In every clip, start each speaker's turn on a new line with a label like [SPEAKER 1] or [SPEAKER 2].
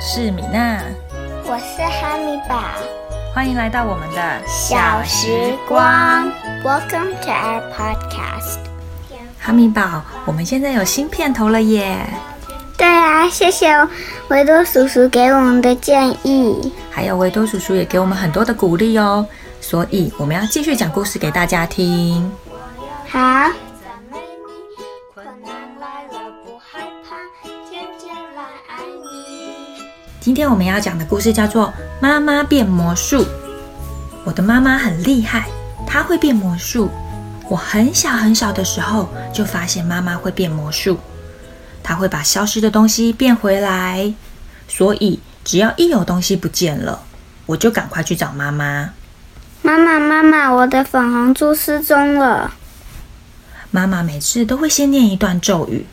[SPEAKER 1] 是米娜，
[SPEAKER 2] 我是哈密宝。
[SPEAKER 1] 欢迎来到我们的
[SPEAKER 2] 小时光。Welcome to our podcast。
[SPEAKER 1] 哈密宝。我们现在有新片头了耶！
[SPEAKER 2] 对啊，谢谢维多叔叔给我们的建议。
[SPEAKER 1] 还有维多叔叔也给我们很多的鼓励哦，所以我们要继续讲故事给大家听。
[SPEAKER 2] 好，
[SPEAKER 1] 今天我们要讲的故事叫做《妈妈变魔术》。我的妈妈很厉害，她会变魔术。我很小很小的时候就发现妈妈会变魔术，她会把消失的东西变回来，所以只要一有东西不见了，我就赶快去找妈妈。
[SPEAKER 2] 妈妈，妈妈，我的粉红猪失踪了。
[SPEAKER 1] 妈妈每次都会先念一段咒语，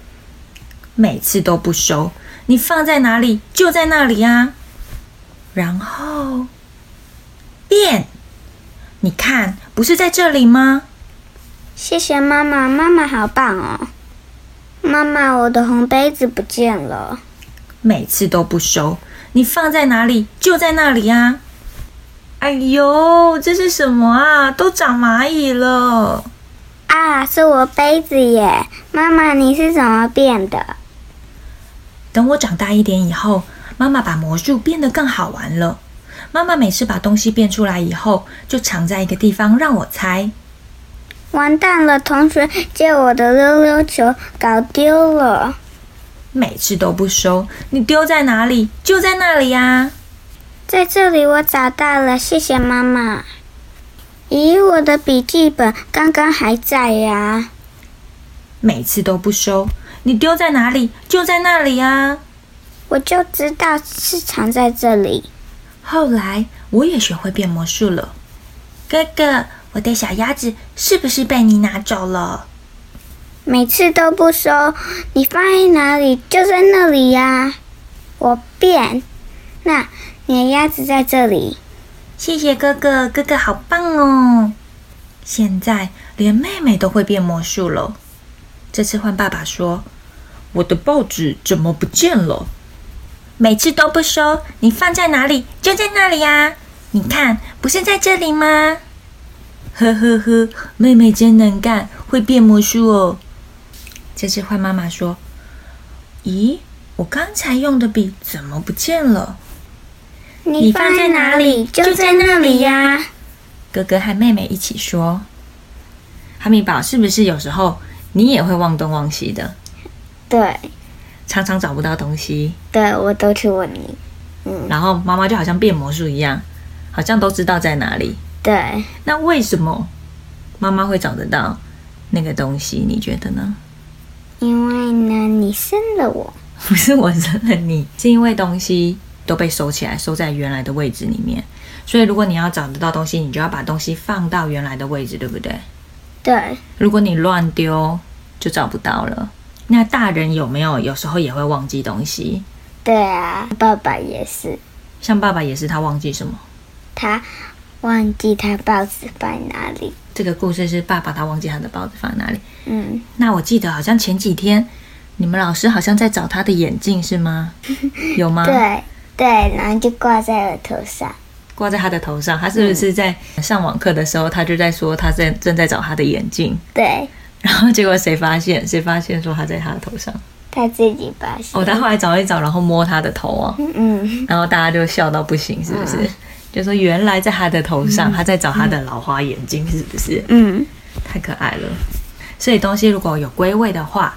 [SPEAKER 1] 每次都不收，你放在哪里就在那里啊。然后变，你看，不是在这里吗？
[SPEAKER 2] 谢谢妈妈，妈妈好棒哦！妈妈，我的红杯子不见了。
[SPEAKER 1] 每次都不收，你放在哪里就在那里啊！哎呦，这是什么啊？都长蚂蚁了！
[SPEAKER 2] 啊，是我杯子耶！妈妈，你是怎么变的？
[SPEAKER 1] 等我长大一点以后，妈妈把魔术变得更好玩了。妈妈每次把东西变出来以后，就藏在一个地方让我猜。
[SPEAKER 2] 完蛋了，同学借我的溜溜球搞丢了。
[SPEAKER 1] 每次都不收，你丢在哪里就在那里呀、啊。
[SPEAKER 2] 在这里，我找到了，谢谢妈妈。咦，我的笔记本刚刚还在呀、
[SPEAKER 1] 每次都不收，你丢在哪里就在那里啊。
[SPEAKER 2] 我就知道是藏在这里。
[SPEAKER 1] 后来我也学会变魔术了。哥哥，我的小鸭子是不是被你拿走了？
[SPEAKER 2] 每次都不收，你放在哪里就在那里呀、我变，那你的鸭子在这里。
[SPEAKER 1] 谢谢哥哥，哥哥好棒哦！现在连妹妹都会变魔术了。这次换爸爸说：“我的报纸怎么不见了？每次都不收，你放在哪里就在那里呀、你看，不是在这里吗？”呵呵呵，妹妹真能干，会变魔术哦。这次换妈妈说：“咦，我刚才用的笔怎么不见了？”
[SPEAKER 2] 你放在哪里就在那里呀、
[SPEAKER 1] 哥哥和妹妹一起说：“哈密宝，是不是有时候你也会忘东忘西的，
[SPEAKER 2] 对
[SPEAKER 1] 常常找不到东西，
[SPEAKER 2] 对，我都去问你。
[SPEAKER 1] 然后妈妈就好像变魔术一样，好像都知道在哪里。
[SPEAKER 2] 对，
[SPEAKER 1] 那为什么妈妈会找得到那个东西？你觉得呢？
[SPEAKER 2] 因为呢，你生了我。
[SPEAKER 1] 不是我生了你，是因为东西都被收起来，收在原来的位置里面。所以如果你要找得到东西，你就要把东西放到原来的位置，对不对？
[SPEAKER 2] 对，
[SPEAKER 1] 如果你乱丢，就找不到了。那大人有没有有时候也会忘记东西？
[SPEAKER 2] 对啊，爸爸也是，
[SPEAKER 1] 像爸爸也是，他忘记什么？
[SPEAKER 2] 他忘记他报纸放哪里。
[SPEAKER 1] 这个故事是爸爸他忘记他的报纸放在哪里。
[SPEAKER 2] 嗯，
[SPEAKER 1] 那我记得好像前几天你们老师好像在找他的眼镜是吗？有吗？，
[SPEAKER 2] 对对，然后就挂在额头上。
[SPEAKER 1] 挂在他的头上。他是不是在嗯上网课的时候，他就在说他在正在找他的眼镜，
[SPEAKER 2] 对
[SPEAKER 1] 然后结果谁发现？谁发现说他在他的头上？
[SPEAKER 2] 他自己发现。
[SPEAKER 1] 哦，他后来找一找，然后摸他的头哦，
[SPEAKER 2] 嗯，
[SPEAKER 1] 然后大家就笑到不行，是不是？就说原来在他的头上，他在找他的老花眼镜，是不是？
[SPEAKER 2] 嗯，
[SPEAKER 1] 太可爱了。所以东西如果有归位的话，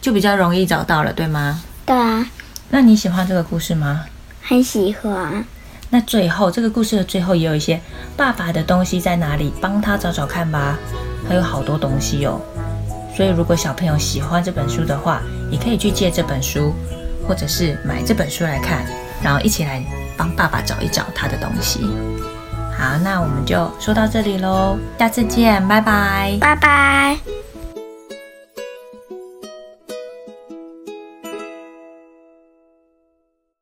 [SPEAKER 1] 就比较容易找到了，对吗？
[SPEAKER 2] 对啊，
[SPEAKER 1] 那你喜欢这个故事吗？
[SPEAKER 2] 很喜欢。
[SPEAKER 1] 那最后这个故事的最后也有一些爸爸的东西在哪里，帮他找找看吧。还有好多东西哦。所以如果小朋友喜欢这本书的话，也可以去借这本书，或者是买这本书来看，然后一起来帮爸爸找一找他的东西。好，那我们就说到这里喽，下次见，拜拜。
[SPEAKER 2] 拜拜。